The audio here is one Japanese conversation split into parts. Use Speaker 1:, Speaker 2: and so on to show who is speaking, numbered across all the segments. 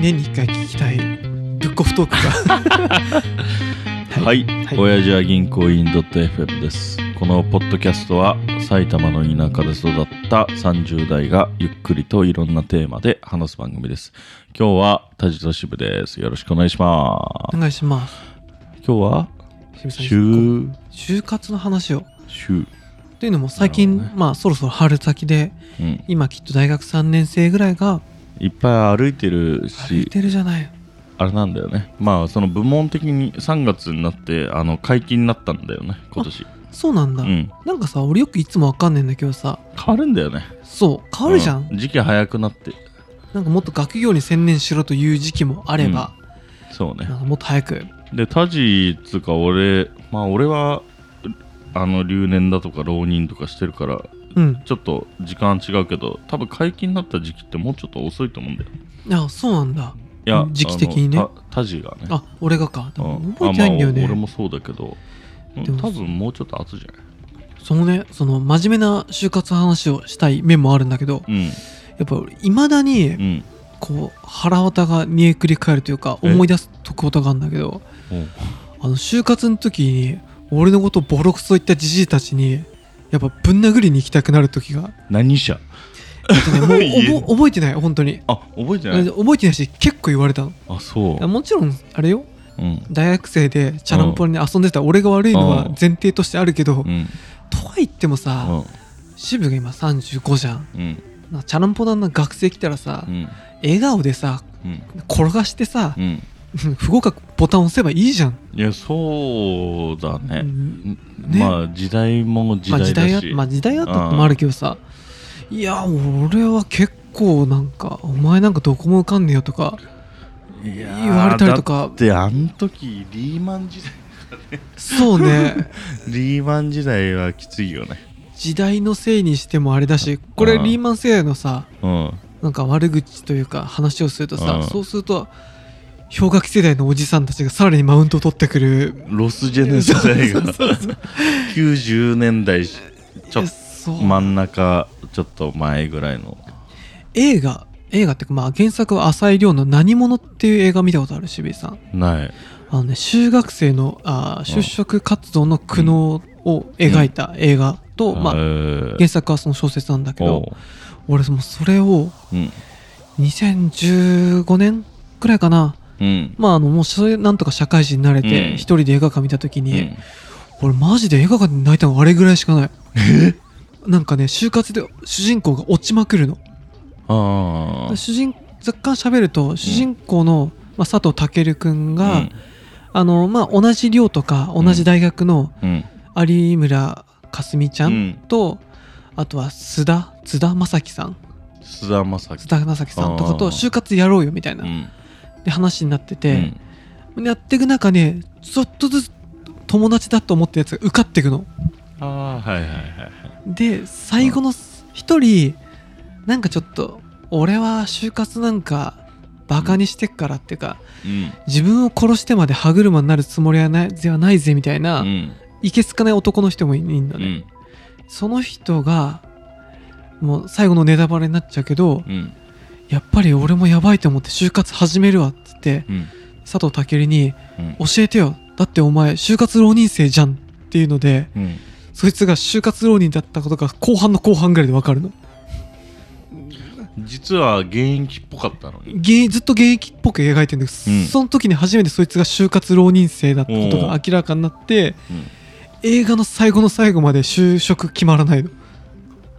Speaker 1: 年に1回聞きたいブックオフトークが
Speaker 2: はい、
Speaker 1: はい
Speaker 2: 親父は銀行員 .fm ですこのポッドキャストは埼玉の田舎で育った30代がゆっくりといろんなテーマで話す番組です今日は田地と支部ですよろしくお願いしま
Speaker 1: お願いします
Speaker 2: す今日は
Speaker 1: 渋さん
Speaker 2: 週
Speaker 1: 就活の話を
Speaker 2: 週
Speaker 1: というのも最近、
Speaker 2: なるほど
Speaker 1: まあそろそろ春先で
Speaker 2: うん
Speaker 1: 今きっと大学3年生ぐらいが
Speaker 2: いっぱい歩いてる
Speaker 1: 歩い
Speaker 2: して
Speaker 1: るじゃない
Speaker 2: あれなんだよねまあその部門的に3月になってあの解禁になったんだよね今年
Speaker 1: そうなんだ、
Speaker 2: うん
Speaker 1: なんかさ俺よくいつもわかんねえんだけどさ
Speaker 2: 変わるんだよね
Speaker 1: そう変わるじゃん、
Speaker 2: う時期早くなって
Speaker 1: なんかもっと学業に専念しろという時期もあれば、
Speaker 2: そうね
Speaker 1: なんかもっと早く
Speaker 2: でタジつうか俺まあ俺はあの留年だとか浪人とかしてるから
Speaker 1: うん
Speaker 2: ちょっと時間違うけど多分解禁になった時期ってもうちょっと遅いと思うんだよ
Speaker 1: あそうなんだ
Speaker 2: いや
Speaker 1: 時期的にね
Speaker 2: あのたタジがね
Speaker 1: あ俺がかでも
Speaker 2: うん
Speaker 1: 覚えてないんだよ
Speaker 2: あ
Speaker 1: ね、
Speaker 2: まあ俺もそうだけどうん
Speaker 1: でも
Speaker 2: 多分もうちょっと後じゃない
Speaker 1: そのねその真面目な就活の話をしたい面もあるんだけど
Speaker 2: う
Speaker 1: やっぱいまだに
Speaker 2: ん うん
Speaker 1: こう腹渡が煮えくり返るというか
Speaker 2: え
Speaker 1: 思い出すことがあるんだけど
Speaker 2: おう
Speaker 1: あの就活の時に俺のことをボロクソ言ったじじいたちにやっぱぶん殴りに行きたくなる時 が
Speaker 2: 何社
Speaker 1: えっとね
Speaker 2: いい
Speaker 1: もう
Speaker 2: え
Speaker 1: おぼ覚えてない本当に
Speaker 2: あ覚えてない
Speaker 1: 覚えてないし結構言われたの
Speaker 2: あそ
Speaker 1: もちろんあれよ
Speaker 2: ううん
Speaker 1: 大学生でチャランポラに遊んでた俺が悪いのは
Speaker 2: うん
Speaker 1: 前提としてあるけど、
Speaker 2: う
Speaker 1: と
Speaker 2: ん
Speaker 1: は言っても
Speaker 2: う
Speaker 1: さ、
Speaker 2: ん
Speaker 1: 渋が今35じゃん
Speaker 2: うん
Speaker 1: なんかチャランポラな学生来たらさ、
Speaker 2: うん
Speaker 1: 笑顔でさ
Speaker 2: うん
Speaker 1: 転がしてさ
Speaker 2: う、ん
Speaker 1: 不合格ボタン押せばいいじゃん、
Speaker 2: いやそうだね
Speaker 1: うんね
Speaker 2: まあ時代も時
Speaker 1: まあ
Speaker 2: 代
Speaker 1: 時代
Speaker 2: だ
Speaker 1: あ
Speaker 2: し、
Speaker 1: まあ時代あったってもあるけどさいや俺は結構なんかお前なんかどこも浮かんねえよとか
Speaker 2: いやー
Speaker 1: 言われたりとか
Speaker 2: だってあの時リーマン時代
Speaker 1: そうね
Speaker 2: リーマン時代はきついよね
Speaker 1: 時代のせいにしてもあれだしこれ
Speaker 2: うん
Speaker 1: リーマン世代のさ
Speaker 2: うん
Speaker 1: なんか悪口というか話をするとさ、
Speaker 2: うん
Speaker 1: そうすると氷河期世代のおじさんたちがさらにマウントを取ってくる
Speaker 2: ロスジェネ世代 が
Speaker 1: そうそうそう
Speaker 2: 90年代しちょっ
Speaker 1: そう
Speaker 2: 真ん中ちょっと前ぐらいの
Speaker 1: 映画映画っていうかまあ原作は浅井亮の「何者」っていう映画見たことある渋井さん
Speaker 2: ない
Speaker 1: あのね修学生のあー
Speaker 2: う
Speaker 1: 就
Speaker 2: ん
Speaker 1: 職活動の苦悩を描いた映画と、ま
Speaker 2: え
Speaker 1: あ、
Speaker 2: ー
Speaker 1: 原作はその小説なんだけ
Speaker 2: お
Speaker 1: ど俺もうそれを
Speaker 2: ううん
Speaker 1: 2015年くらいかな
Speaker 2: うん
Speaker 1: まああのもうそれなんとか社会人になれて
Speaker 2: うん
Speaker 1: 一人で映画館見た時
Speaker 2: う
Speaker 1: に、
Speaker 2: ん
Speaker 1: 俺マジで映画館で泣いたのあれぐらいしかないなんかね就活で主人公が落ちまくるの
Speaker 2: ああ
Speaker 1: 主人若干喋ると主人公の、まあ、佐藤健くんが、あのまあ、同じ寮とか同じ大学の
Speaker 2: うん
Speaker 1: 有村架純ち
Speaker 2: う
Speaker 1: ゃん
Speaker 2: ん
Speaker 1: と、あとは須田津田正樹さん
Speaker 2: 須田まさき
Speaker 1: 須田正樹さんとか
Speaker 2: あ
Speaker 1: と
Speaker 2: ー
Speaker 1: 就活やろうよみたいな、
Speaker 2: うん
Speaker 1: で話になって
Speaker 2: う
Speaker 1: て、
Speaker 2: ん
Speaker 1: でやっていく中ねちょっとずつ友達だと思ったやつが受かっていくの。
Speaker 2: ああはいはいはいはい
Speaker 1: で最後の一人なんかちょっと俺は就活なんかバカにしてっからっていうか
Speaker 2: うん
Speaker 1: 自分を殺してまで歯車になるつもりはないではないぜみたいな、
Speaker 2: うん
Speaker 1: いけつかない男の人もいるんだ
Speaker 2: う
Speaker 1: ね、
Speaker 2: ん
Speaker 1: その人がもう最後のネタバレになっちゃうけど
Speaker 2: うん
Speaker 1: やっぱり俺もやばいと思って就活始めるわって言って
Speaker 2: うん
Speaker 1: 佐藤健に
Speaker 2: うん
Speaker 1: 教えてよだってお前就活浪人生じゃんっていうので
Speaker 2: うん
Speaker 1: そいつが就活浪人だったことが後半の後半ぐらいでわかるの
Speaker 2: 実は現役っぽかったのに
Speaker 1: 現ずっと現役っぽく描いてるんだけど、
Speaker 2: うん
Speaker 1: その時に初めてそいつが就活浪人生だったことが明らかになって
Speaker 2: うん
Speaker 1: 映画の最後の最後まで就職決まらないの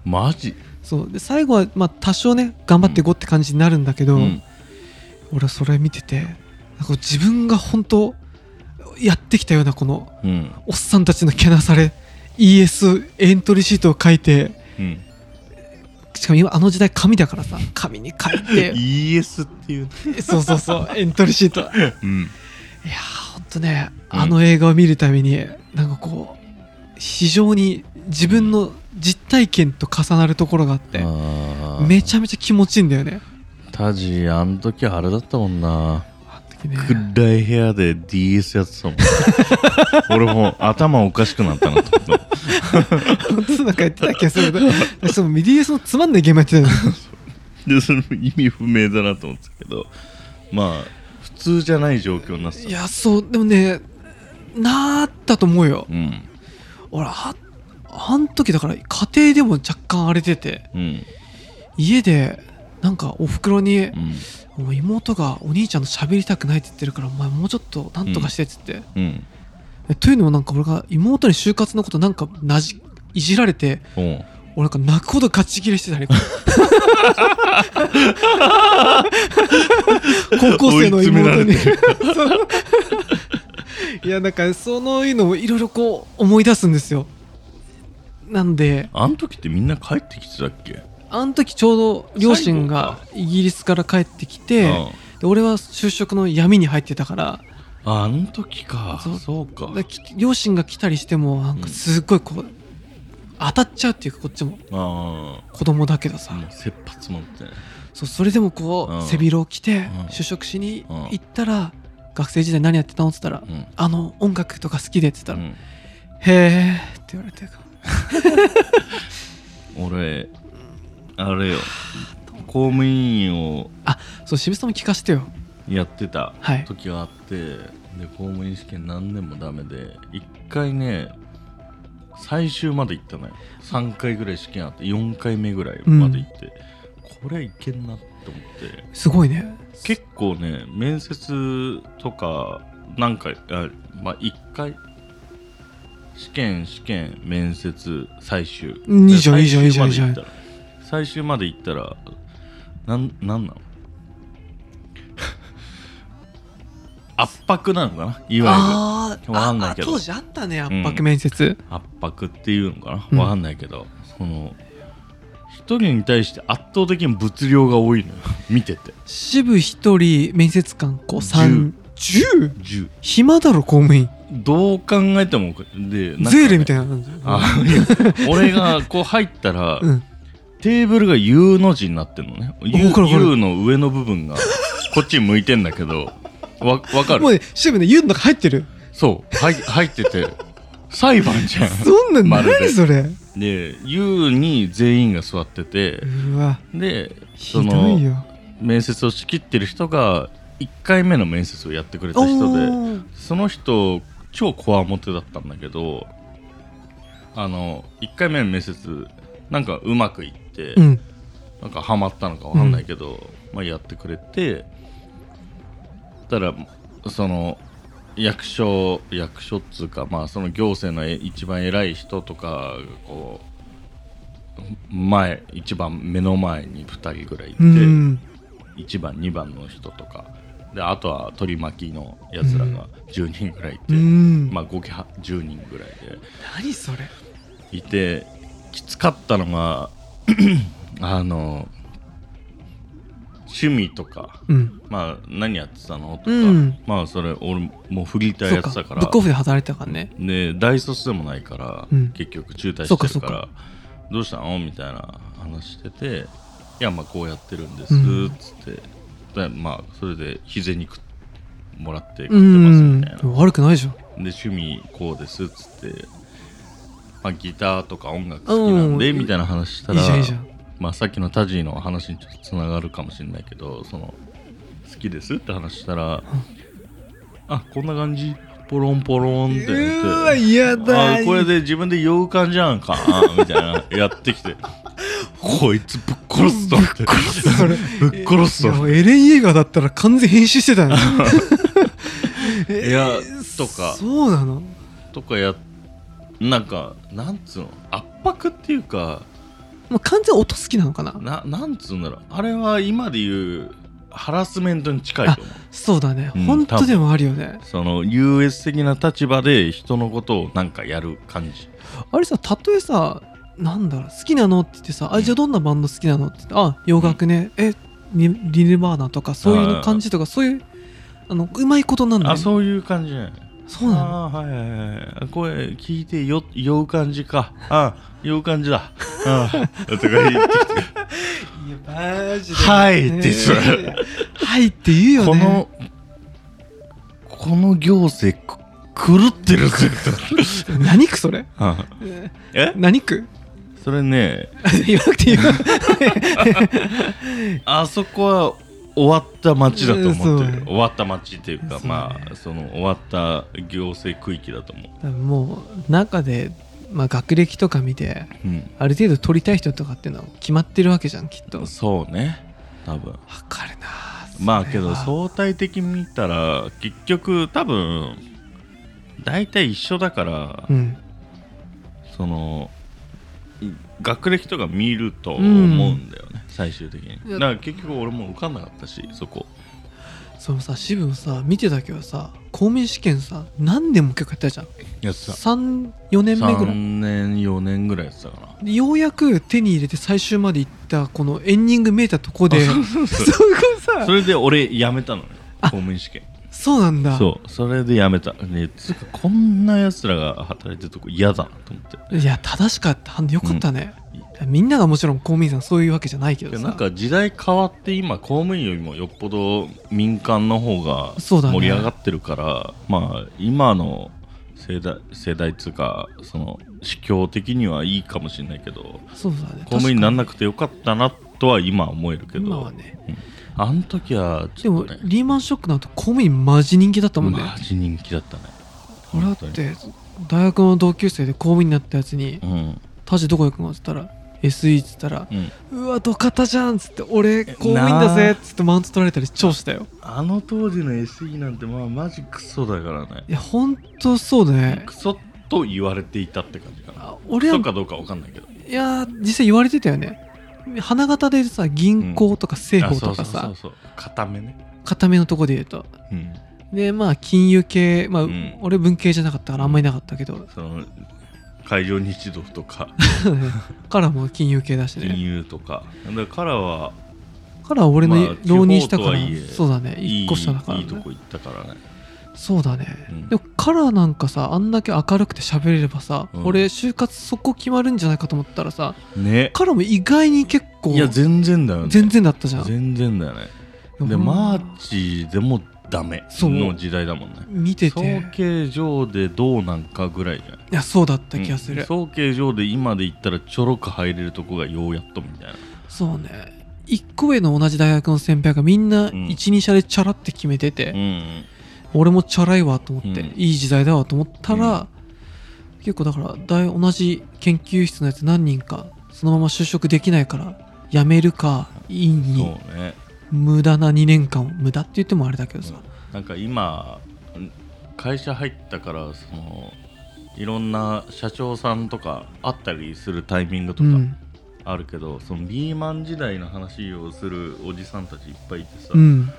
Speaker 2: マジ
Speaker 1: そうで最後はまあ多少ね頑張っていこうって感じになるんだけど、
Speaker 2: うん
Speaker 1: 俺はそれ見ててなんか自分が本当やってきたようなこの
Speaker 2: うん
Speaker 1: おっさんたちのけなされ ES エントリーシートを書いて
Speaker 2: うん
Speaker 1: しかも今あの時代紙だからさ紙に書い て
Speaker 2: ES っていうね
Speaker 1: そうそうそうエントリーシー ト
Speaker 2: うん
Speaker 1: いやーほんとね
Speaker 2: うん
Speaker 1: あの映画を見るためになんかこう非常に自分の実体験と重なるところがあってめちゃめちゃ気持ちいいんだよね
Speaker 2: タジあの時あれだったもんな
Speaker 1: あの時ね
Speaker 2: 暗い部屋で DS やってたもん俺もう頭おかしくなったなと思っ
Speaker 1: 本当なんかやってた気がするけどその DDS のつまんないゲームやってたよね
Speaker 2: たでそれも意味不明だなと思ってたけどまあ普通じゃない状況になっ て
Speaker 1: い
Speaker 2: た
Speaker 1: やそうでもねなったと思うよ
Speaker 2: うん
Speaker 1: 俺はあん時だから家庭でも若干荒れてて
Speaker 2: うん
Speaker 1: 家でなんかおふくろに
Speaker 2: うん
Speaker 1: 「もう妹がお兄ちゃんと喋りたくない」って言ってるから「お前もうちょっとなんとかして」って言って、
Speaker 2: うん
Speaker 1: えというのもなんか俺が妹に就活のことなんかなじいじられて
Speaker 2: おう
Speaker 1: 俺なんか泣くほどガチ切れして たね高校生の妹に
Speaker 2: 追い詰
Speaker 1: そういやなんかそういうのもいろいろこう思い出すんですよなんで
Speaker 2: あの時ってみんな帰ってきてたっけ
Speaker 1: あの時ちょうど両親がイギリスから帰ってきて、
Speaker 2: うん
Speaker 1: で俺は就職の闇に入ってたから
Speaker 2: ああの時か
Speaker 1: そう
Speaker 2: そうか
Speaker 1: でき両親が来たりしてもなんかすっごいこう、当たっちゃうっていうかこっちも
Speaker 2: あ
Speaker 1: 子供だけど
Speaker 2: あ
Speaker 1: さ、
Speaker 2: もう切羽詰まってね
Speaker 1: そうそれでもこう、
Speaker 2: うん
Speaker 1: 背広を着て
Speaker 2: ん
Speaker 1: 就職しに
Speaker 2: うん
Speaker 1: 行ったら、学生時代何やってたのって言ったら、
Speaker 2: うん
Speaker 1: あの音楽とか好きでって言ったら、
Speaker 2: うん
Speaker 1: へーって言われて
Speaker 2: 俺あれよ公務員を
Speaker 1: あそう渋さんも聞かせてよ
Speaker 2: やってた
Speaker 1: はい
Speaker 2: 時があって、で公務員試験何年もダメで一回ね最終まで行ったのよ3回ぐらい試験あって4回目ぐらいまで行って、これはいけんなって思って
Speaker 1: すごいね
Speaker 2: 結構ね面接とか何回あまあ1回試験試験面接最終
Speaker 1: うんいいじゃん
Speaker 2: で最終
Speaker 1: いいじゃんいいじゃん
Speaker 2: まで行ったら最終まで行ったらなんなんなの 圧迫なのかないわ
Speaker 1: あー
Speaker 2: わかん
Speaker 1: あ
Speaker 2: ない
Speaker 1: あ
Speaker 2: けど
Speaker 1: 当時あったね圧
Speaker 2: う
Speaker 1: 迫
Speaker 2: ん
Speaker 1: 面接、
Speaker 2: ゆる圧迫っていうのか
Speaker 1: うん
Speaker 2: なわかんないけど、その一人に対して圧倒的に物量が多いのよ見てて
Speaker 1: 渋一人面接官こう3 10?
Speaker 2: 10
Speaker 1: 暇だろ公務員
Speaker 2: どう考えてもでなんかね
Speaker 1: ゼーレみたいな感じ
Speaker 2: あいや俺がこう入ったら、
Speaker 1: うん
Speaker 2: テーブルが U の字になってんのね U,
Speaker 1: わかるわかる
Speaker 2: U の上の部分がこっち向いてんだけどわわか
Speaker 1: もう
Speaker 2: る
Speaker 1: ね渋ね言うの中入ってる
Speaker 2: そう入入ってて裁判じゃ
Speaker 1: そんなん
Speaker 2: まるで
Speaker 1: 何それ
Speaker 2: んで U に全員が座ってて
Speaker 1: うわ
Speaker 2: で
Speaker 1: ひ
Speaker 2: そ
Speaker 1: ど
Speaker 2: の
Speaker 1: いよ
Speaker 2: 面接を仕切ってる人が1回目の面接をやってくれた人で
Speaker 1: おー
Speaker 2: その人超こわもてだったんだけどあの1回目の面接なんかうまくいって、
Speaker 1: うん
Speaker 2: なんかハマったのかわかんないけど、まあ、やってくれてたらその役所役所っつうか、まあ、その行政のえ一番偉い人とかがこう前一番目の前に2人ぐらいいて、
Speaker 1: うん
Speaker 2: 1番2番の人とかであとは取り巻きのやつらが10人ぐらいいて、
Speaker 1: うん
Speaker 2: まあ合計は10人ぐらいで
Speaker 1: 何それ
Speaker 2: いてきつかったのが あの趣味とか、
Speaker 1: うん
Speaker 2: まあ何やってたのとか、
Speaker 1: うん
Speaker 2: まあそれ俺もうフリーター
Speaker 1: そう
Speaker 2: やって
Speaker 1: か
Speaker 2: たか
Speaker 1: ブックオ
Speaker 2: ら
Speaker 1: フで働いてたからね
Speaker 2: で大卒でもないから、
Speaker 1: うん
Speaker 2: 結局中退
Speaker 1: そ
Speaker 2: し
Speaker 1: うか
Speaker 2: て
Speaker 1: そう
Speaker 2: るから
Speaker 1: か
Speaker 2: どうしたのみたいな話してていやまあこうやってるんです、
Speaker 1: うん
Speaker 2: つってでまあそれで日銭くもらって食って
Speaker 1: う
Speaker 2: ます
Speaker 1: ん
Speaker 2: みたいな、
Speaker 1: 悪くないじゃん
Speaker 2: で趣味こうですっつって、まあ、ギターとか音楽好きなんで
Speaker 1: うん
Speaker 2: みたいな話した
Speaker 1: い
Speaker 2: ら
Speaker 1: いじゃんいいじゃん
Speaker 2: まあ、さっきのタジーの話にちょっとつながるかもしれないけどその好きですって話したらあこんな感じポロンポロンって言っ
Speaker 1: う
Speaker 2: て
Speaker 1: わ嫌だ
Speaker 2: あこれで自分で洋館じゃんか みたいなやってきてこいつぶっ殺すぞって
Speaker 1: それ
Speaker 2: ぶっ殺す
Speaker 1: いやも
Speaker 2: ぞ
Speaker 1: うエレン・イェーガーだったら完全編集してたよ
Speaker 2: いやとか
Speaker 1: そうなの
Speaker 2: とかやなんかなんつうの圧迫っていうか
Speaker 1: もう完全音好きなのかな
Speaker 2: ななんつうんだろうあれは今で言うハラスメントに近いと思う
Speaker 1: そうだね、
Speaker 2: うん
Speaker 1: 本当でもあるよね
Speaker 2: その優越的な立場で人のことをなんかやる感じ
Speaker 1: あれさたとえさなんだろう好きなのって言ってさ、
Speaker 2: う
Speaker 1: あ
Speaker 2: ん
Speaker 1: じゃあどんなバンド好きなのって言ってあ洋楽ね、えリリルバーナとかそういうの感じとかそういうあのうまいことなんだよ
Speaker 2: あ
Speaker 1: ね
Speaker 2: そういう感じじゃない
Speaker 1: そうなの
Speaker 2: あーはいはいはい声聞いてよ酔う感じかあ酔う感じだあーとか言ってきて
Speaker 1: いやマジ
Speaker 2: ではいって言う
Speaker 1: はいって言うよ
Speaker 2: こ
Speaker 1: ね
Speaker 2: のこの行政く狂って るぜ
Speaker 1: 何区それ
Speaker 2: あえ
Speaker 1: 何区
Speaker 2: それね
Speaker 1: 言わなくていいよ
Speaker 2: あそこは終わった町だと思って
Speaker 1: うんそ
Speaker 2: る
Speaker 1: う
Speaker 2: 終わった町っていう
Speaker 1: そ
Speaker 2: か
Speaker 1: う
Speaker 2: まあその終わった行政区域だと思う、
Speaker 1: 多分もう中で、まあ、学歴とか見て
Speaker 2: うん、
Speaker 1: ある程度取りたい人とかっていうのは決まってるわけじゃんきっとわ
Speaker 2: そうね多分
Speaker 1: かるなあそれは
Speaker 2: まあけど相対的に見たら結局多分大体一緒だから、
Speaker 1: うん
Speaker 2: その学歴とか見ると思うんだよね、最終的に
Speaker 1: いや
Speaker 2: だから結局俺も受かんなかったしそこ
Speaker 1: そのさ支部をさ見てたけどさ公務員試験さ何年も結構やったじゃん
Speaker 2: やって
Speaker 1: 34年目ぐらい
Speaker 2: 3年4年ぐらいやってたかな
Speaker 1: でようやく手に入れて最終まで行ったこのエンディング見えたとこで そこさ
Speaker 2: それで俺辞めたのよ公
Speaker 1: あ
Speaker 2: 務員試験
Speaker 1: そうなんだ
Speaker 2: そうそれで辞めたねつうかこんなやつらが働いてるとこ嫌だなと思って
Speaker 1: いや正しかったよかったね、みんながもちろん公務員さんそういうわけじゃないけ
Speaker 2: いや
Speaker 1: どさ
Speaker 2: なんか時代変わって今公務員よりもよっぽど民間の方が
Speaker 1: そうだね
Speaker 2: 盛り上がってるから、まあ今の世代世代っつうかその市況的にはいいかもしれないけど
Speaker 1: そうだね
Speaker 2: 公務員になんな
Speaker 1: て
Speaker 2: くてよかったなとは今思えるけど
Speaker 1: 今はね
Speaker 2: あの時はち
Speaker 1: で
Speaker 2: ょ
Speaker 1: も
Speaker 2: っとね
Speaker 1: リーマンショックの後公務員マジ人気だったもんね
Speaker 2: マジ人気だったね
Speaker 1: 俺だっ
Speaker 2: 本当に
Speaker 1: て大学の同級生で公務員になったやつに
Speaker 2: うん
Speaker 1: 「タジどこ行くの?」っつったら「SE」っつったら
Speaker 2: うん
Speaker 1: 「うわ土方じゃん」っつって「俺公務員だぜ」っつってマウント取られたり超したよ
Speaker 2: あの当時の SE なんてまあマジクソだからね
Speaker 1: いやほんとそうだね
Speaker 2: クソと言われていたって感じかな
Speaker 1: あ
Speaker 2: ク
Speaker 1: 俺は
Speaker 2: ソかどうかわかんないけど
Speaker 1: いや実際言われてたよね花形でさ銀行とか政
Speaker 2: あ
Speaker 1: 府
Speaker 2: そ
Speaker 1: と
Speaker 2: うそ
Speaker 1: かさ
Speaker 2: うそうそう固めね
Speaker 1: 固めのとこで言うと
Speaker 2: うん
Speaker 1: でまあ金融系まあ、
Speaker 2: ん
Speaker 1: 俺文系じゃなかったからあんまりなかったけ ど
Speaker 2: その海上日動 とか
Speaker 1: からも金融系だし
Speaker 2: 金
Speaker 1: ね
Speaker 2: 融とかだからは
Speaker 1: から俺の
Speaker 2: まあ
Speaker 1: 浪人したから、
Speaker 2: 地方とはいえ
Speaker 1: そうだね
Speaker 2: いい
Speaker 1: 一個下だから、ね、
Speaker 2: いいとこ行ったからね
Speaker 1: そうだね、
Speaker 2: うん
Speaker 1: でもカラーなんかさあんだけ明るくて喋れればさ、
Speaker 2: うん
Speaker 1: 俺就活そこ決まるんじゃないかと思ったらさ
Speaker 2: ね
Speaker 1: カラーも意外に結構
Speaker 2: いや全然だよね
Speaker 1: 全然だったじゃん
Speaker 2: 全然だよねで
Speaker 1: も
Speaker 2: マーチでもダメ
Speaker 1: そう
Speaker 2: の時代だもんね
Speaker 1: 見て
Speaker 2: 総
Speaker 1: て
Speaker 2: 計上でどうなんかぐらいじゃない
Speaker 1: いやそうだった気がする、
Speaker 2: うん総計上で今で言ったらちょろく入れるとこがようやっとみたいな
Speaker 1: そうね一個上の同じ大学の先輩がみんな
Speaker 2: うん
Speaker 1: 一二社でチャラって決めてて、
Speaker 2: うん
Speaker 1: 俺もチャラいわと思って、
Speaker 2: うん
Speaker 1: いい時代だわと思ったら、結構だから大同じ研究室のやつ何人かそのまま就職できないから辞めるか院
Speaker 2: うん
Speaker 1: に
Speaker 2: そうね
Speaker 1: 無駄な2年間を無駄って言ってもあれだけどさ、
Speaker 2: なんか今ん会社入ったからそのいろんな社長さんとか会ったりするタイミングと
Speaker 1: う
Speaker 2: か
Speaker 1: ん
Speaker 2: あるけど、そのリーマン時代の話をするおじさんたちいっぱいいてさ、
Speaker 1: うん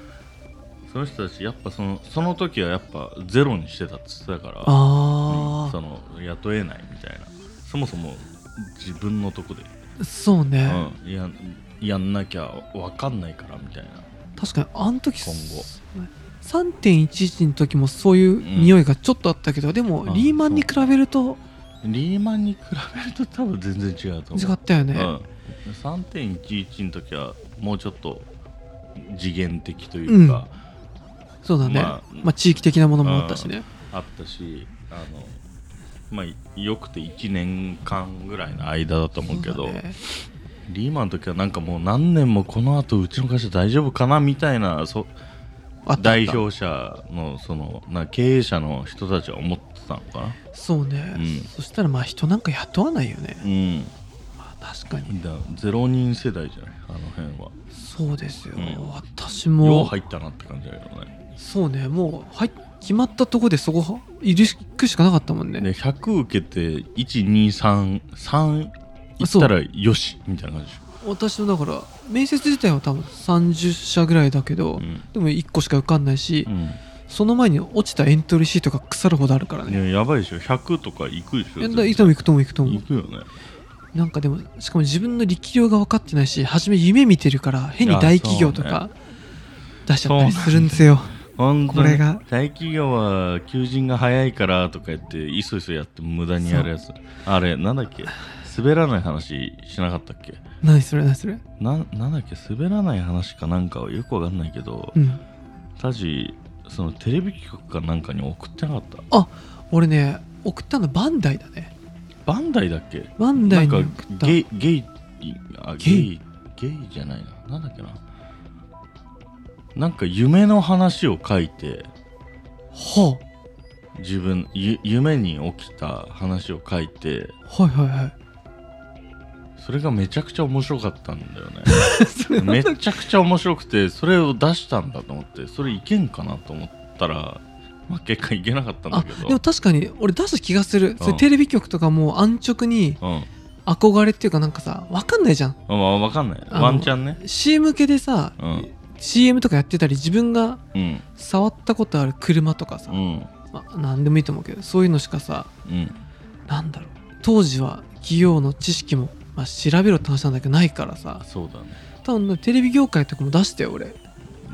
Speaker 2: その人たちやっぱそのその時はやっぱゼロにしてたっつってたから、うん
Speaker 1: あ
Speaker 2: その雇えないみたいなそもそも自分のとこで、
Speaker 1: あそうね、
Speaker 2: うん、ややんなきゃ分かんないからみたいな
Speaker 1: 確かにあの時
Speaker 2: 今後
Speaker 1: 3.11の時もそういう匂いがちょっとあったけど、でも
Speaker 2: あ
Speaker 1: リーマンに比べると
Speaker 2: リーマンに比べると多分全然違うと思う
Speaker 1: 違ったよね、
Speaker 2: うん、3.11の時はもうちょっと次元的というか、
Speaker 1: そうだね、
Speaker 2: ま
Speaker 1: ま
Speaker 2: あ
Speaker 1: あ、地域的なものもあったしね、
Speaker 2: あったしあのまあよくて1年間ぐらいの間だと思うけど
Speaker 1: そうだね
Speaker 2: リーマンの時はなんかもう何年もこの後うちの会社大丈夫かなみたいなそ
Speaker 1: あった
Speaker 2: 代表者のそのな経営者の人たちは思ってたのかな
Speaker 1: そうね、
Speaker 2: うん
Speaker 1: そしたらまあ人なんか雇わないよね、
Speaker 2: うん
Speaker 1: まあ、確かに
Speaker 2: だゼロ人世代じゃないあの辺は
Speaker 1: そうですよ、
Speaker 2: うん
Speaker 1: 私
Speaker 2: よう
Speaker 1: も
Speaker 2: 入ったなって感じだけどね
Speaker 1: そうねもうはい決まったとこでそこいるくしかなかったもんね
Speaker 2: で100受けて1233いったらよしみたいな感じでし
Speaker 1: 私のだから面接自体は多分30社ぐらいだけど、
Speaker 2: ょ、うん
Speaker 1: でも1個しか受かんないし、
Speaker 2: う
Speaker 1: その前に落ちたエントリーシートが腐るほどあるから
Speaker 2: ん、い
Speaker 1: ね
Speaker 2: ややばいでしょ100とかいくでしょ
Speaker 1: いやだから
Speaker 2: 絶対
Speaker 1: いつも行くとも行くとも
Speaker 2: 行くよね
Speaker 1: なんかでもしかも自分の力量が分かってないし初め夢見てるから変に大企業と
Speaker 2: いやそ
Speaker 1: か出しちゃったりするんですよ
Speaker 2: 本当
Speaker 1: こ
Speaker 2: に
Speaker 1: れが
Speaker 2: 大企業は求人が早いからとか言っていそいそやって無駄にやるやつあれなんだっけ滑らない話しなかったっけ
Speaker 1: 何それ何それ
Speaker 2: ななんだっけ滑らない話かなんかはよくわかんないけど、
Speaker 1: うん
Speaker 2: タジそのテレビ局かなんかに送ってなかった
Speaker 1: 俺ね送ったのバンダイだね
Speaker 2: バンダイだっけ
Speaker 1: バンダ
Speaker 2: な
Speaker 1: イ
Speaker 2: ん
Speaker 1: に
Speaker 2: か
Speaker 1: 送った
Speaker 2: ゲイゲイあゲ
Speaker 1: ゲ
Speaker 2: イゲイじゃないななんだっけななんか夢の話を書いて
Speaker 1: は
Speaker 2: 自分ゆ夢に起きた話を書いて
Speaker 1: あはいはいはい
Speaker 2: それがめちゃくちゃ面白かったんだよ ね
Speaker 1: それ
Speaker 2: め
Speaker 1: なんだ
Speaker 2: ちゃくちゃ面白くてそれを出したんだと思ってそれいけんかなと思ったら、まあ、結果いけなかったん だ
Speaker 1: あ
Speaker 2: け
Speaker 1: でも
Speaker 2: ど
Speaker 1: 確かに俺出す気がする、それ
Speaker 2: うん
Speaker 1: テレビ局とかもう安直に
Speaker 2: うん
Speaker 1: 憧れっていうかなんかさわかんないじゃん
Speaker 2: まあ、わかんない
Speaker 1: あの
Speaker 2: ワンチャンね
Speaker 1: CM 系でさ、
Speaker 2: うん
Speaker 1: CM とかやってたり自分が
Speaker 2: うん
Speaker 1: 触ったことある車とかさ、
Speaker 2: うん
Speaker 1: まあ、何でもいいと思うけどそういうのしかさ
Speaker 2: うん
Speaker 1: なんだろう当時は企業の知識も、まあ、調べろって話なんだけどないからさ
Speaker 2: あそうだね
Speaker 1: 多分ねテレビ業界とかも出したよ俺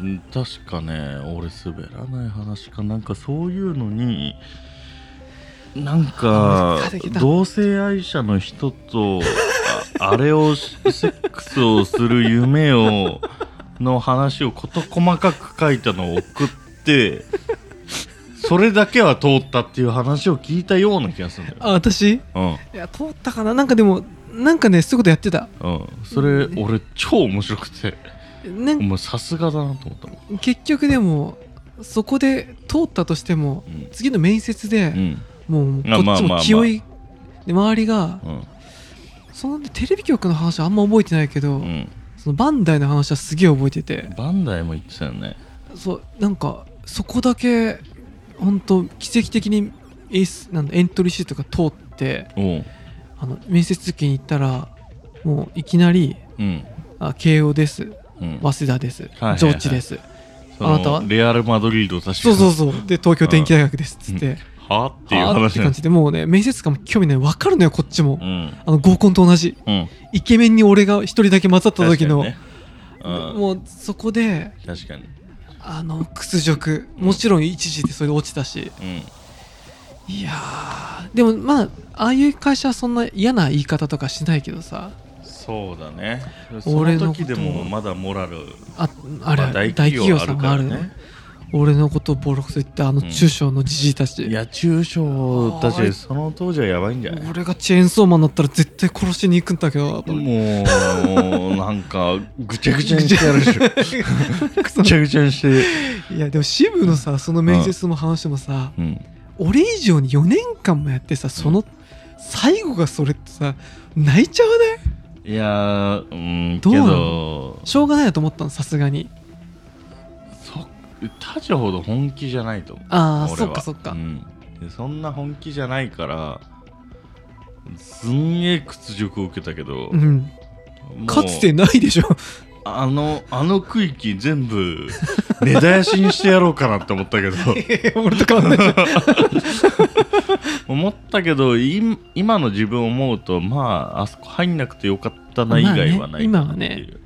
Speaker 2: うん確かね俺滑らない話かなんかそういうのになん
Speaker 1: あ
Speaker 2: か
Speaker 1: ー疲れてきた
Speaker 2: 同性愛者の人とあ あれをしセックスをする夢をの話を事細かく書いたのを送ってそれだけは通ったっていう話を聞いたような気がするんだ
Speaker 1: あ
Speaker 2: よ、
Speaker 1: 私いや通ったかななんかでもなんかねそういうことやってた
Speaker 2: うんうん、それ俺超面白くて
Speaker 1: なん
Speaker 2: お前さすがだなと思ったもん、
Speaker 1: 結局でもそこで通ったとしても
Speaker 2: うん
Speaker 1: 次の面接
Speaker 2: う
Speaker 1: で、
Speaker 2: ん
Speaker 1: もう
Speaker 2: ま
Speaker 1: こ
Speaker 2: あ
Speaker 1: っち
Speaker 2: まあまあ
Speaker 1: も気負い、で周りが、
Speaker 2: うん
Speaker 1: そのテレビ局の話はあんま覚えてないけど、
Speaker 2: うん、
Speaker 1: そのバンダイの話はすげえ覚えてて
Speaker 2: バンダイも言ってたよね
Speaker 1: そうなんかそこだけ本当奇跡的にエースなんだエントリーシートが通って
Speaker 2: うん
Speaker 1: あの面接受けに行ったらもういきなり
Speaker 2: うん
Speaker 1: 「あ慶応です
Speaker 2: うん
Speaker 1: 早稲田です
Speaker 2: はいはい
Speaker 1: 上智です」
Speaker 2: その
Speaker 1: あなたは
Speaker 2: レアル・マドリードを確か
Speaker 1: そうそうそうで東京電機大学です」っつって、
Speaker 2: はあっていう
Speaker 1: はあっ
Speaker 2: 話
Speaker 1: て
Speaker 2: なん
Speaker 1: 感
Speaker 2: です
Speaker 1: じでもうね面接官も興味ない分かるのよこっちも、
Speaker 2: うん
Speaker 1: あの合コンと同じ
Speaker 2: うん
Speaker 1: イケメンに俺が一人だけ混ざった時の、
Speaker 2: 確かにねうん
Speaker 1: もうそこで
Speaker 2: 確かに
Speaker 1: あの屈辱もちろん一時でそれで落ちたし
Speaker 2: うん
Speaker 1: いやーでもまあああいう会社はそんな嫌な言い方とかしないけどさ
Speaker 2: そうだねそ
Speaker 1: 俺
Speaker 2: の
Speaker 1: のこと
Speaker 2: 時でもまだモラル
Speaker 1: ああれ、
Speaker 2: まあ
Speaker 1: 大企
Speaker 2: 大企
Speaker 1: 業
Speaker 2: 業
Speaker 1: さ
Speaker 2: さ
Speaker 1: ん
Speaker 2: ん
Speaker 1: が
Speaker 2: が
Speaker 1: あ
Speaker 2: あ
Speaker 1: る
Speaker 2: る
Speaker 1: の、
Speaker 2: ね
Speaker 1: 俺のことをボロクソ言ったあの中小のじじいたち、
Speaker 2: いや中小た
Speaker 1: あー
Speaker 2: ちその当時はやばいんじゃない
Speaker 1: 俺がチェーンソーマンだったら絶対殺しに行くんだけどと思って
Speaker 2: もうなんかぐちゃぐちゃにしてやるでしょ ぐちゃぐちゃにして
Speaker 1: いやでも支部のさその面接も話もさ、
Speaker 2: うん
Speaker 1: 俺以上に4年間もやってさその最後がそれってさ泣いちゃうね
Speaker 2: いやーうん
Speaker 1: どう
Speaker 2: け
Speaker 1: なの
Speaker 2: ど
Speaker 1: しょうがないなと思ったのさすがに
Speaker 2: そ他者ほど本気じゃないと思う
Speaker 1: ああ
Speaker 2: 俺
Speaker 1: そっ
Speaker 2: は
Speaker 1: かそっか、
Speaker 2: うんでそんな本気じゃないからすんげえ屈辱を受けたけど、
Speaker 1: うん、
Speaker 2: もう
Speaker 1: かつてないでしょ
Speaker 2: あのあの区域全部根絶やしにしてやろうかなって 思ったけど
Speaker 1: 俺と変わんないじゃん
Speaker 2: 思ったけどい今の自分を思うとまああそこ入んなくてよかったな以
Speaker 1: まあね
Speaker 2: 外はないかなっていう、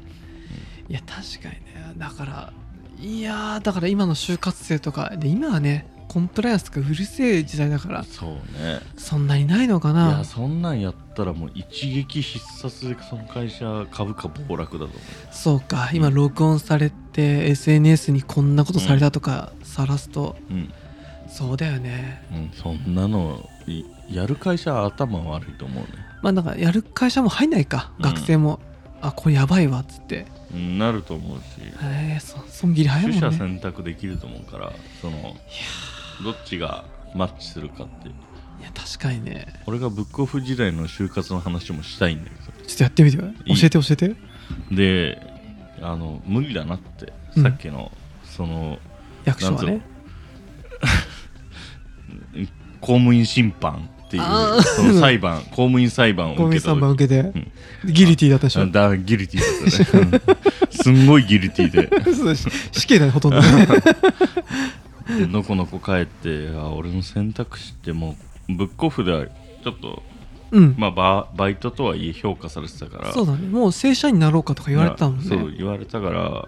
Speaker 1: いや確かにねだからいやーだから今の就活生とかで今はねコンプライアンスとかうるせえ時代だから
Speaker 2: そうね
Speaker 1: そんなにないのか
Speaker 2: いや
Speaker 1: な
Speaker 2: そんなんやったらもう一撃必殺でその会社株価暴落だと思
Speaker 1: そうか今録音されて SNS にこんなことされたとかさらすと、
Speaker 2: う、うん
Speaker 1: そうだよね
Speaker 2: うん、そんなのいやる会社は頭悪いと思うね
Speaker 1: まあなんかやる会社も入んないか
Speaker 2: うん
Speaker 1: 学生も、あこれやばいわっつって
Speaker 2: うんなると思うし
Speaker 1: えー、そ損切り早い
Speaker 2: 取
Speaker 1: も
Speaker 2: 捨
Speaker 1: んね
Speaker 2: 選択できると思うからそのどっちがマッチするかっていう
Speaker 1: いや確かにね
Speaker 2: 俺がブックオフ時代の就活の話もしたいんだけ
Speaker 1: ちょっとやってみてよ
Speaker 2: い
Speaker 1: 教えて教えて
Speaker 2: どであの無理だなって
Speaker 1: うん
Speaker 2: さっきの、その
Speaker 1: 役所はね
Speaker 2: 公務員審判ってい
Speaker 1: あー
Speaker 2: うその裁 判公務員裁判
Speaker 1: 公
Speaker 2: を
Speaker 1: 務
Speaker 2: 受
Speaker 1: 員
Speaker 2: けた
Speaker 1: さん番
Speaker 2: 時
Speaker 1: 受けて
Speaker 2: ん
Speaker 1: ギリティだったでしょ
Speaker 2: あだギルティだったねうんすんごいギルティで
Speaker 1: そうだし死刑だねほとんどね
Speaker 2: でのこのこ帰ってあ俺の選択肢ってもうブックオフではちょっと、
Speaker 1: うん、
Speaker 2: まあ、ババイトとはいえ評価されてたから
Speaker 1: そうだねもう正社員になろうかとか言われてたもんね
Speaker 2: そう言われたから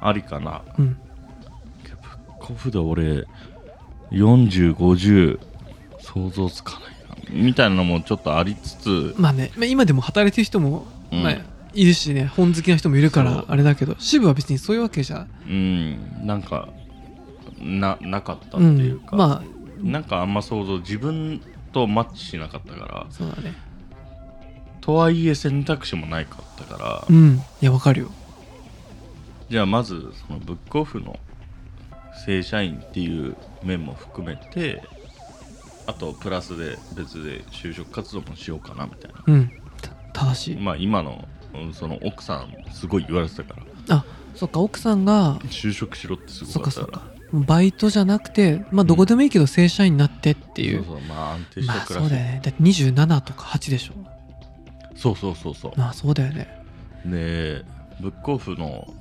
Speaker 2: ありかな
Speaker 1: うん
Speaker 2: ブックオフで俺4050想像つかないなみたいなのもちょっとありつつ
Speaker 1: まあね、まあ、今でも働いてる人も、
Speaker 2: うん
Speaker 1: まあ、いるしね本好きな人もいるか
Speaker 2: そ
Speaker 1: ら
Speaker 2: う
Speaker 1: あれだけど支部は別にそういうわけじゃ
Speaker 2: うんなんかななかったっていうか、
Speaker 1: ん、まあ
Speaker 2: なんかあんま想像自分とマッチしなかったから
Speaker 1: そうだね
Speaker 2: とはいえ選択肢もないかったから
Speaker 1: うんいやわかるよ
Speaker 2: じゃあまずそのブックオフの正社員っていう面も含めてあとプラスで別で就職活動もしようかなみたいな
Speaker 1: うんた正しい
Speaker 2: まあ今のうんその奥さんすごい言われてたから
Speaker 1: あそっか奥さんが
Speaker 2: 就職しろってす
Speaker 1: そ
Speaker 2: ご
Speaker 1: っか
Speaker 2: かった
Speaker 1: そっ
Speaker 2: か
Speaker 1: からバイトじゃなくてまあどこでもいいけど正社員になってっていう、
Speaker 2: そうそうまあ安定し
Speaker 1: ま
Speaker 2: た
Speaker 1: あ
Speaker 2: 暮
Speaker 1: そう
Speaker 2: らし、
Speaker 1: だよねだって27とか8でしょ
Speaker 2: そうそうそうそう
Speaker 1: まあそうだよね
Speaker 2: でブックオフの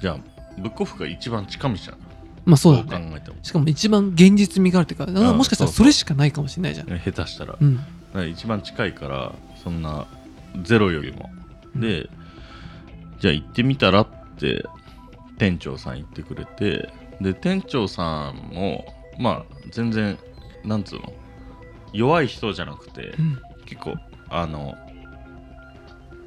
Speaker 2: じゃあブックオフが一番近道だな
Speaker 1: まあそうだよ
Speaker 2: ど
Speaker 1: ね
Speaker 2: 考えても
Speaker 1: しかも一番現実味があるっていうかあ
Speaker 2: うん
Speaker 1: もしかしたらそれしかないかもしれないじゃんう
Speaker 2: 下手したら
Speaker 1: ん
Speaker 2: だから一番近いからそんなゼロよりも
Speaker 1: うん
Speaker 2: でじゃあ行ってみたらって店長さん言ってくれてで店長さんもまあ全然なんつうの弱い人じゃなくて
Speaker 1: うん
Speaker 2: 結構あの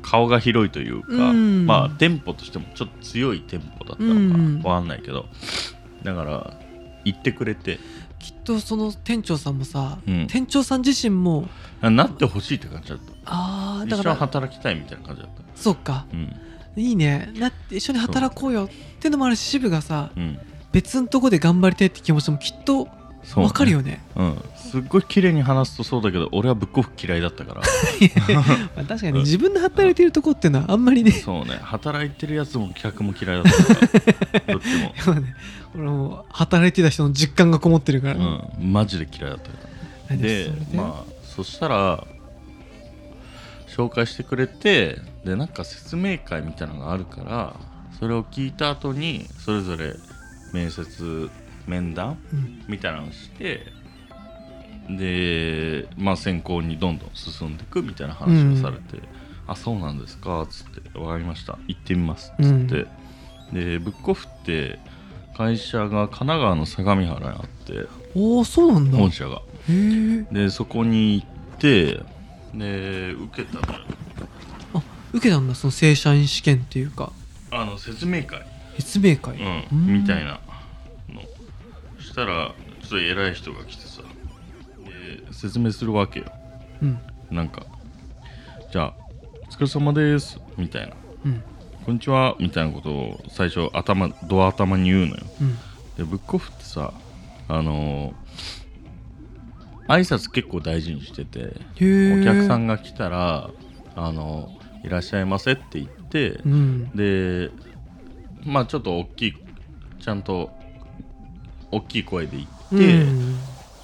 Speaker 2: 顔が広いというか、
Speaker 1: うん
Speaker 2: まあ店舗としてもちょっと強い店舗だったの
Speaker 1: うん
Speaker 2: か
Speaker 1: うん
Speaker 2: なわかんないけどだから行ってくれて
Speaker 1: きっとその店長さんもさ、
Speaker 2: うん
Speaker 1: 店長さん自身も
Speaker 2: あなってほしいって感じだった
Speaker 1: ああ
Speaker 2: 一
Speaker 1: だか
Speaker 2: 緒に
Speaker 1: ら
Speaker 2: 働きたいみたいな感じだった
Speaker 1: そうか
Speaker 2: うん
Speaker 1: いいねな一緒に働こうよってのもあるし渋がさ
Speaker 2: うん
Speaker 1: 別のとこで頑張りたいって気持ちもきっと
Speaker 2: そう
Speaker 1: わかる
Speaker 2: よ、
Speaker 1: よね
Speaker 2: うん、すっごい綺麗に話すとそうだけど俺はブックオフ嫌いだったか ら
Speaker 1: まあ確かに自分の働いてるとこっていうのはあんまりね
Speaker 2: そうね働いてるやつも客も嫌いだったからどっち も、
Speaker 1: でもね俺も働いてた人の実感がこもってるから、
Speaker 2: うん、マジで嫌いだったか
Speaker 1: な
Speaker 2: ら
Speaker 1: ん
Speaker 2: で
Speaker 1: それ
Speaker 2: まあそしたら紹介してくれてでなんか説明会みたいなのがあるからそれを聞いた後にそれぞれ面接面談
Speaker 1: うん
Speaker 2: みたいなのをしてでまあ選考にどんどん進んでいくみたいな話をされて「あそうなんですか」つって「分かりました行ってみます」つって、
Speaker 1: うん
Speaker 2: でブックオフって会社が神奈川の相模原にあって
Speaker 1: おおそうなんだへ
Speaker 2: 本社が。
Speaker 1: え
Speaker 2: でそこに行ってで受けたのよ
Speaker 1: あ受けたんだその正社員試験っていうか
Speaker 2: あの説明会、
Speaker 1: 説明会、
Speaker 2: う、
Speaker 1: うんん
Speaker 2: みたいなのしたらちょっと偉い人が来てさで説明するわけよ
Speaker 1: うん
Speaker 2: なんかじゃあ「お疲れ様です」みたいな
Speaker 1: うん
Speaker 2: 「こんにちは」みたいなことを最初頭ドア頭に言うのよ
Speaker 1: うん
Speaker 2: でブックオフってさあのー挨拶結構大事にしてて
Speaker 1: へえ
Speaker 2: お客さん
Speaker 1: が
Speaker 2: が来たら「あのいらっしゃいませ」って言って
Speaker 1: う、ん
Speaker 2: でまあちょっと大きいちゃんと大きい声で言って、
Speaker 1: うん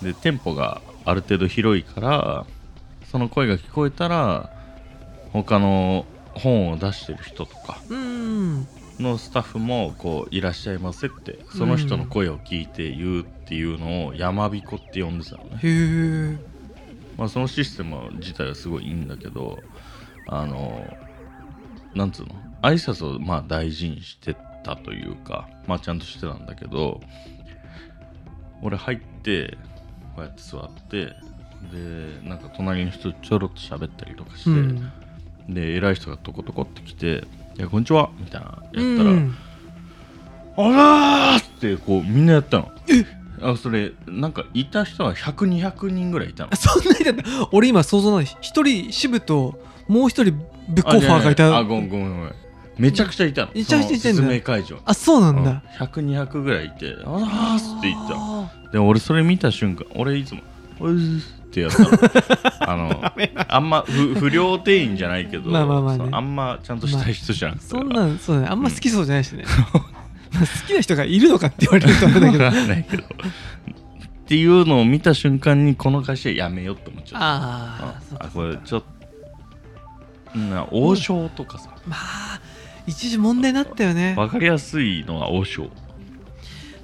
Speaker 2: でテンポがある程度広いからその声が聞こえたら他の本を出してる人とか
Speaker 1: うん
Speaker 2: のスタッフもこう「いらっしゃいませ」ってその人の声を聞いて言うっていうのを「やまびこ」って呼んでたのね。
Speaker 1: へえ
Speaker 2: まあ、そのシステム自体はすごいいいんだけどあのなんつうの挨拶をまあ大事にしてたというかまあちゃんとしてたんだけど俺入ってこうやって座ってでなんか隣の人ちょろっと喋ったりとかして、
Speaker 1: うん
Speaker 2: で偉い人がトコトコって来て「いやこんにちは」みたいなやったら
Speaker 1: う
Speaker 2: 「
Speaker 1: ん
Speaker 2: あらー!」ってこうみんなやったの。あそれなんかいた人は100200人ぐらいいたの
Speaker 1: あ。そんなにだった俺今想像ない一人渋ともう一人ブックオファーがい
Speaker 2: あじゃあ
Speaker 1: た
Speaker 2: あごめんごめんごめんめちゃくちゃいたの
Speaker 1: めちゃくちゃいたんだ
Speaker 2: その説明会場
Speaker 1: あそうなんだ
Speaker 2: 100200ぐらいいて「あらーす」って言った
Speaker 1: あ
Speaker 2: で俺それ見た瞬間俺いつも「おいっす」ってやった のあのあんま不不良店員じゃないけど
Speaker 1: まあまあまあね
Speaker 2: そうあんまちゃんとしたい人じゃなく
Speaker 1: ー
Speaker 2: て、
Speaker 1: そんなんそうだねあんま好きそうじゃない しね、まあ好きな人がいるのかって言われると思うんだ けど
Speaker 2: わかんないけどっていうのを見た瞬間にこの会社やめようって思っちゃった
Speaker 1: ああ
Speaker 2: うん
Speaker 1: そうか
Speaker 2: こ
Speaker 1: そう
Speaker 2: れ
Speaker 1: か
Speaker 2: ちょっとな王将とかさ
Speaker 1: まあ一時問題になったよね
Speaker 2: わかりやすいのは王将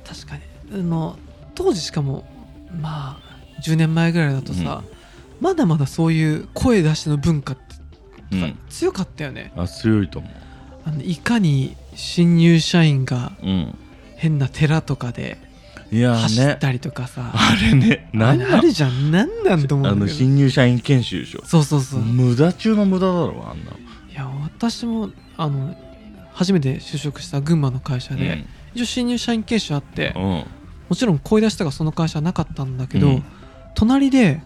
Speaker 1: 確かにあの当時しかもまあ10年前ぐらいだとさ、まだまだそういう声出しての文化って
Speaker 2: う
Speaker 1: さ
Speaker 2: ん
Speaker 1: 強かったよね、
Speaker 2: あ強いと思う
Speaker 1: あのいかに新入社員が
Speaker 2: うん
Speaker 1: 変な寺とかで
Speaker 2: いやー
Speaker 1: 走っ
Speaker 2: ね
Speaker 1: たりとかさ、
Speaker 2: あれね
Speaker 1: あ
Speaker 2: 何
Speaker 1: れ
Speaker 2: な
Speaker 1: あ
Speaker 2: の
Speaker 1: るじゃん何なんと思
Speaker 2: あ
Speaker 1: うんだ
Speaker 2: の
Speaker 1: けど
Speaker 2: 新入社員研修でしょ
Speaker 1: そうそうそう、い
Speaker 2: 無駄中の無駄だろあんなの
Speaker 1: や私もあの初めて就職した群馬の会社で、一応新入社員研修あって、
Speaker 2: うんうん
Speaker 1: もちろん声出しとかその会社はなかったんだけど、
Speaker 2: うん
Speaker 1: 隣で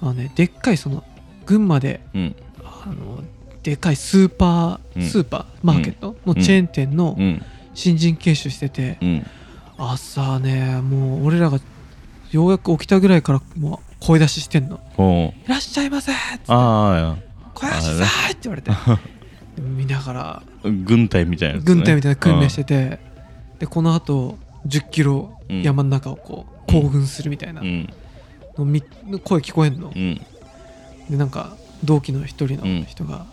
Speaker 1: あの、ね、でっかいその群馬で
Speaker 2: うん
Speaker 1: あのでっかいスーパー、
Speaker 2: うん
Speaker 1: スーパーマーケットのチェーン店の
Speaker 2: うん
Speaker 1: 新人研修してて
Speaker 2: うん
Speaker 1: 朝ねもう俺らがようやく起きたぐらいからもう声出ししてんの
Speaker 2: ほ
Speaker 1: 「いらっしゃいませ!」っつって
Speaker 2: うあ
Speaker 1: 声出しなさい!」って言われて見ながら
Speaker 2: あ軍隊みたいなやつ、ね、
Speaker 1: 軍隊みたいな訓練しててでこのあと1 0キロ
Speaker 2: うん
Speaker 1: 山の中をこう行軍するみたいな
Speaker 2: うん
Speaker 1: のみ声聞こえんの
Speaker 2: うん
Speaker 1: でなんか同期の一人の人が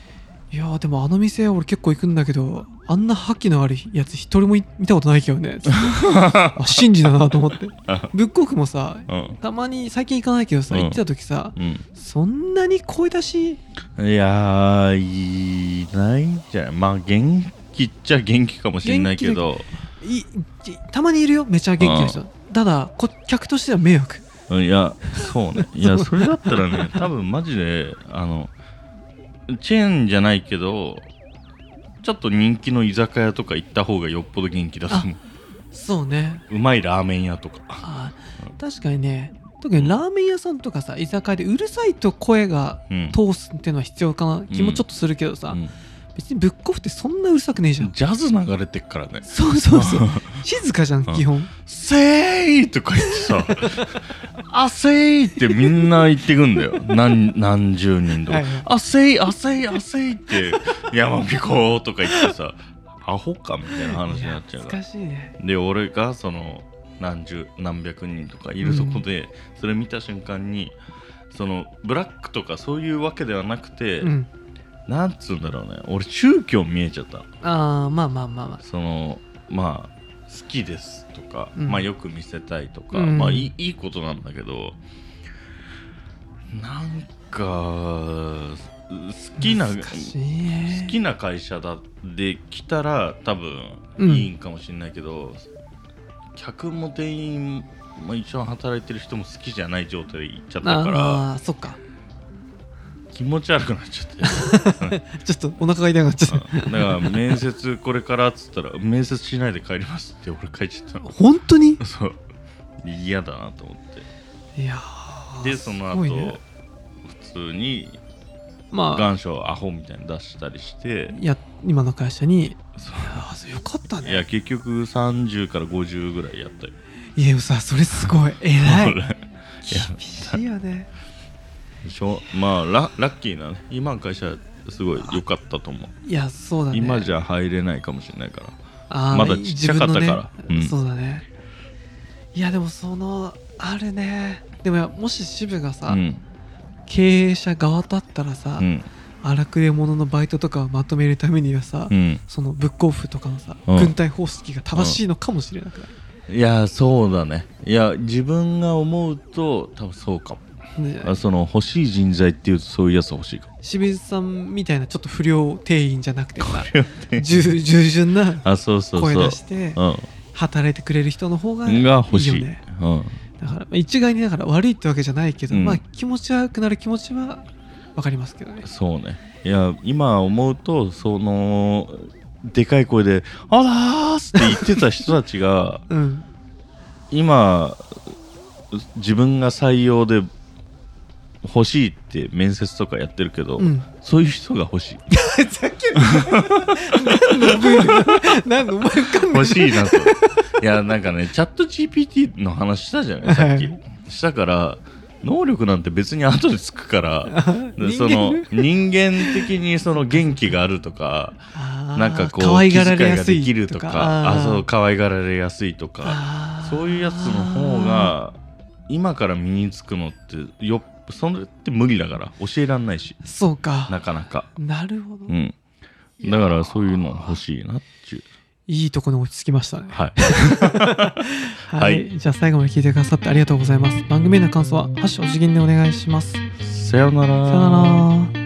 Speaker 1: 「いやーでもあの店俺結構行くんだけどあんな覇気のあるやつ一人もい見たことないけど ね」つってあ真珠だなと思ってブックオフもさ
Speaker 2: うん
Speaker 1: たまに最近行かないけどさ
Speaker 2: うん
Speaker 1: 行ってた時さ
Speaker 2: うん
Speaker 1: そんなに声出し
Speaker 2: いやーいないんじゃないまあ元気っちゃ元気かもしれないけど
Speaker 1: いいたまにいるよめちゃ元気な人ただこ客としては迷惑
Speaker 2: うんいやそうねいや それだったらね多分マジであのチェーンじゃないけどちょっと人気の居酒屋とか行った方がよっぽど元気だと思う
Speaker 1: そうね
Speaker 2: うまいラーメン屋とか
Speaker 1: あー確かにね特にラーメン屋さんとかさ居酒屋でうるさいと声が
Speaker 2: うん
Speaker 1: 通すっていうのは必要かな気もちょっとするけどさ、
Speaker 2: うん
Speaker 1: 別にブックオフってそんなうるさくねえじゃん、
Speaker 2: ジャズ流れてっからね
Speaker 1: そうそうそう 静かじゃん
Speaker 2: うん
Speaker 1: 基本
Speaker 2: 「せーい!」とか言って さ「あせーい!」ってみんな言ってくんだよ何何十人とか
Speaker 1: はいはい
Speaker 2: 「あせいあせいあせい!」って「山彦」とか言ってさアホかみたいな話になっちゃうから
Speaker 1: 難しいね
Speaker 2: で俺がその何十何百人とかいるとこで、それ見た瞬間にそのブラックとかそういうわけではなくて、
Speaker 1: うん
Speaker 2: なんつうんだろうね俺宗教見えちゃった
Speaker 1: ああまあまあまあまあ
Speaker 2: そのまあ好きですとか、
Speaker 1: うん
Speaker 2: まあよく見せたいとか、
Speaker 1: うん
Speaker 2: まあいいいいことなんだけどなんか好きな
Speaker 1: 難しいね
Speaker 2: 好きな会社だで来たら多分
Speaker 1: うん
Speaker 2: いいんかもしれないけど、客も店員も一緒に働いてる人も好きじゃない状態で行っちゃったから
Speaker 1: ああそっか
Speaker 2: 気持ち悪くなっちゃって
Speaker 1: ちょっとお腹が痛くなっちゃっ
Speaker 2: うんだから面接これからっつったら面接しないで帰りますって俺帰っちゃった
Speaker 1: た本当に
Speaker 2: のそう嫌だなと思って
Speaker 1: いやー
Speaker 2: でその
Speaker 1: す
Speaker 2: 後、
Speaker 1: ごいね
Speaker 2: 普通に
Speaker 1: まあ
Speaker 2: 願書をアホみたいに出したりして
Speaker 1: いや今の会社にい
Speaker 2: そ
Speaker 1: やーそれよかった
Speaker 2: ういや
Speaker 1: ね
Speaker 2: 結局30から50ぐらいやったよ
Speaker 1: いやでもさそれすごい 偉い厳しいよね
Speaker 2: しょまあララッキーなね今の会社すごい良かったと思う、
Speaker 1: いやそうだね
Speaker 2: 今じゃ入れないかもしれないから
Speaker 1: あー
Speaker 2: まだちっちゃかったから
Speaker 1: 自分のね
Speaker 2: うん
Speaker 1: そうだねいやでもそのあるねでもやもし渋がさ、
Speaker 2: うん
Speaker 1: 経営者側だったらさ
Speaker 2: うん
Speaker 1: 荒、くれ者のバイトとかをまとめるためにはさ、
Speaker 2: うん
Speaker 1: そのブックオフとかのさ、
Speaker 2: うん
Speaker 1: 軍隊方式が正しいのかもしれなくない、
Speaker 2: いやそうだねいや自分が思うと多分そうかも
Speaker 1: ね
Speaker 2: あその欲しい人材っていうとそういうやつ欲しいか も
Speaker 1: 清水さんみたいなちょっと不良店員じゃなくてさ従従順な
Speaker 2: あそうそうそ
Speaker 1: 声
Speaker 2: う
Speaker 1: 出して働いてくれる人の方が
Speaker 2: う
Speaker 1: いい
Speaker 2: ん、が欲しい
Speaker 1: よね
Speaker 2: うん、
Speaker 1: だからまあ一概にだから悪いってわけじゃないけど、
Speaker 2: うん
Speaker 1: まあ気持ち悪くなる気持ちはわかりますけどね。
Speaker 2: そうねいや今思うとそのでかい声で「あらーす!」って言ってた人たちが
Speaker 1: うん。
Speaker 2: 今自分が採用で欲しいって面接とかやってるけど、
Speaker 1: うん。
Speaker 2: そういう人が欲しい
Speaker 1: ふざけんな。何のブール何のお前わかんない。
Speaker 2: 欲しいなといやなんかねチャット GPT の話したじゃないさっき、
Speaker 1: は
Speaker 2: したから能力なんて別に後でつく からで
Speaker 1: 人
Speaker 2: そ
Speaker 1: 間
Speaker 2: の人間的にその元気があると か
Speaker 1: あー
Speaker 2: なんかこう
Speaker 1: 可愛がられ
Speaker 2: 気遣い
Speaker 1: や
Speaker 2: が
Speaker 1: す
Speaker 2: で
Speaker 1: い
Speaker 2: きるとかあ
Speaker 1: ー
Speaker 2: そう可愛がられやすいとか
Speaker 1: あー
Speaker 2: そういうやつの方が今から身につくのってよっそれって無理だから教えらんないし
Speaker 1: そう
Speaker 2: な
Speaker 1: か。
Speaker 2: かなか
Speaker 1: なるほど
Speaker 2: う。ん
Speaker 1: いや
Speaker 2: だからそういうの欲しいなっていう
Speaker 1: いいとこに落ち着きましたね。
Speaker 2: はい
Speaker 1: は。
Speaker 2: はい
Speaker 1: じゃあ最後まで聞いてくださってありがとうございます。番組への感想は、ハッシュお辞儀でお願いします。さ
Speaker 2: さようなら
Speaker 1: よなら。